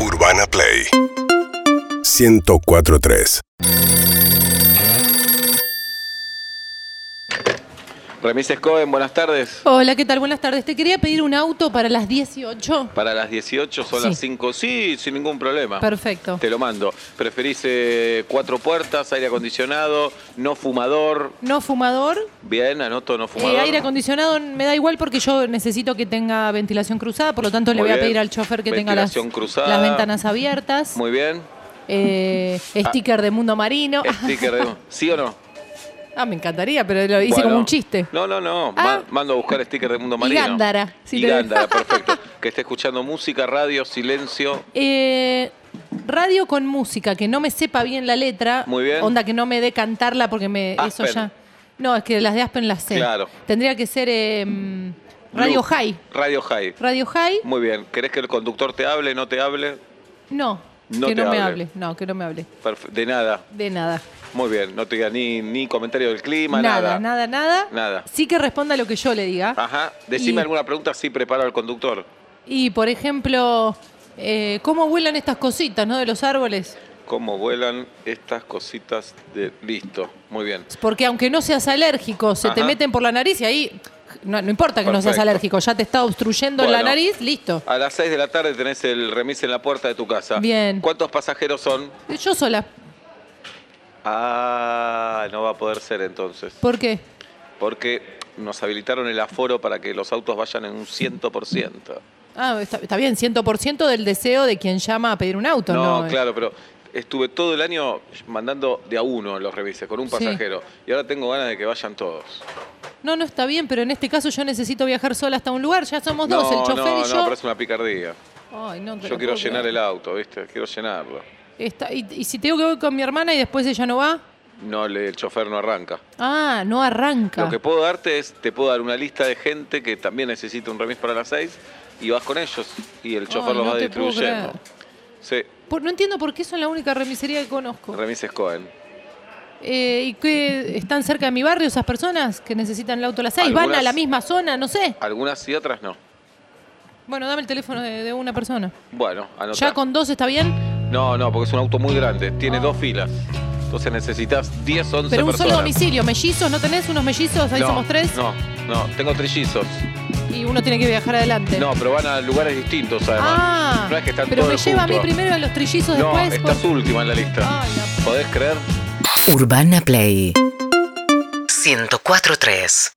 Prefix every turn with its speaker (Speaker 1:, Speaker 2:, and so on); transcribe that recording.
Speaker 1: Urbana Play 1043
Speaker 2: Remises Cohen, buenas tardes.
Speaker 3: Hola, ¿qué tal? Buenas tardes. Te quería pedir un auto para las 18.
Speaker 2: Para las 18 son
Speaker 3: Sí.
Speaker 2: las 5. Sí, sin ningún problema.
Speaker 3: Perfecto.
Speaker 2: Te lo mando. ¿Preferís eh, cuatro puertas, aire acondicionado, no fumador?
Speaker 3: No fumador,
Speaker 2: Bien, anoto no
Speaker 3: eh,
Speaker 2: fumador.
Speaker 3: aire acondicionado me da igual porque yo necesito que tenga ventilación cruzada, por lo tanto le
Speaker 2: Muy
Speaker 3: voy a
Speaker 2: bien.
Speaker 3: pedir al chofer que tenga las,
Speaker 2: Ventilación cruzada.
Speaker 3: las ventanas abiertas,
Speaker 2: Muy Ah. bien.
Speaker 3: eh, sticker de mundo marino.
Speaker 2: Sticker de- ¿Sí o no?
Speaker 3: Ah, me encantaría, pero lo hice
Speaker 2: Bueno.
Speaker 3: como un chiste.
Speaker 2: No, no, no.
Speaker 3: Ah.
Speaker 2: Ma- Mando a buscar sticker de Mundo
Speaker 3: Y
Speaker 2: Marino.
Speaker 3: Gándara, si
Speaker 2: Y
Speaker 3: te-
Speaker 2: Gándara, perfecto. Que esté escuchando música, radio, silencio.
Speaker 3: Eh, radio con música, que no me sepa bien la letra.
Speaker 2: Muy bien.
Speaker 3: Onda que no me dé cantarla porque me.
Speaker 2: Aspen.
Speaker 3: Eso ya. No, es que las de Aspen las sé.
Speaker 2: Claro.
Speaker 3: Tendría que ser eh, mm, Radio
Speaker 2: Blue.
Speaker 3: High.
Speaker 2: Radio High.
Speaker 3: Radio High,
Speaker 2: Muy bien. ¿Querés que el conductor te hable, no te hable?
Speaker 3: no.
Speaker 2: No
Speaker 3: que
Speaker 2: te
Speaker 3: no me
Speaker 2: hable.
Speaker 3: hable. No, que no me hable.
Speaker 2: Perfe- De nada.
Speaker 3: De nada.
Speaker 2: Muy bien, no te diga ni, ni comentario del clima, nada.
Speaker 3: Nada, nada, nada.
Speaker 2: Nada.
Speaker 3: Sí que responda lo que yo le diga.
Speaker 2: Ajá, decime
Speaker 3: Y-
Speaker 2: alguna pregunta, sí preparo al conductor.
Speaker 3: Y, por ejemplo, eh, ¿cómo vuelan estas cositas, no? De los árboles.
Speaker 2: ¿Cómo vuelan estas cositas de... Listo, muy bien.
Speaker 3: Porque aunque no seas alérgico, se te
Speaker 2: Ajá.
Speaker 3: meten por la nariz y ahí. No, no importa que no seas
Speaker 2: Perfecto.
Speaker 3: alérgico, ya te está obstruyendo la
Speaker 2: Bueno.
Speaker 3: nariz, listo.
Speaker 2: A las 6 de la tarde tenés el remis en la puerta de tu casa.
Speaker 3: Bien.
Speaker 2: ¿Cuántos pasajeros son?
Speaker 3: Yo sola.
Speaker 2: Ah, no va a poder ser entonces.
Speaker 3: ¿Por qué?
Speaker 2: Porque nos habilitaron el aforo para que los autos vayan en un 100%.
Speaker 3: Ah, está, está bien, 100% del deseo de quien llama a pedir un auto, ¿no?
Speaker 2: No, claro, pero estuve todo el año mandando de a uno los remises, con un
Speaker 3: Sí.
Speaker 2: pasajero. Y ahora tengo ganas de que vayan todos.
Speaker 3: No, no está bien, pero en este caso yo necesito viajar sola hasta un lugar. Ya somos dos, el
Speaker 2: no,
Speaker 3: chofer
Speaker 2: no,
Speaker 3: y
Speaker 2: no,
Speaker 3: yo.
Speaker 2: pero es una picardía.
Speaker 3: Ay, no, te
Speaker 2: Yo
Speaker 3: lo
Speaker 2: quiero
Speaker 3: puedo
Speaker 2: llenar el
Speaker 3: creer.
Speaker 2: auto, ¿viste? Quiero llenarlo.
Speaker 3: Está- y, y si te digo que voy con mi hermana y después ella no va.
Speaker 2: No, le- el chofer no arranca.
Speaker 3: Ah, no arranca.
Speaker 2: Lo que puedo darte es, te puedo dar una lista de gente que también necesita un remis para las seis y vas con ellos y el chofer
Speaker 3: Ay,
Speaker 2: los
Speaker 3: no
Speaker 2: va
Speaker 3: te puedo
Speaker 2: distribuyendo.
Speaker 3: creer.
Speaker 2: Sí,
Speaker 3: Por- no entiendo por qué son la única remisería que conozco.
Speaker 2: remises Cohen.
Speaker 3: Eh, ¿Y qué? ¿Están cerca de mi barrio esas personas que necesitan el auto a las 6? ¿Van a
Speaker 2: Algunas-
Speaker 3: la misma zona? No sé.
Speaker 2: Algunas y otras no.
Speaker 3: Bueno, dame el teléfono de, de una persona.
Speaker 2: Bueno, anotá.
Speaker 3: ¿Ya con dos está bien?
Speaker 2: No, no, porque es un auto muy grande, tiene dos filas. Entonces necesitas 10, 11
Speaker 3: Pero un
Speaker 2: personas.
Speaker 3: solo domicilio. ¿Mellizos? ¿No tenés unos mellizos? Ahí
Speaker 2: No,
Speaker 3: somos tres.
Speaker 2: No, no, tengo trillizos.
Speaker 3: Y uno tiene que viajar adelante.
Speaker 2: No, pero van a lugares distintos además.
Speaker 3: ah,
Speaker 2: no es que están
Speaker 3: pero
Speaker 2: todos
Speaker 3: me lleva a mí
Speaker 2: juntos.
Speaker 3: primero a los trillizos
Speaker 2: No,
Speaker 3: después.
Speaker 2: estás
Speaker 3: por-
Speaker 2: última en la lista.
Speaker 3: Ay, la
Speaker 2: ¿Podés creer?
Speaker 4: Urbana Play 1043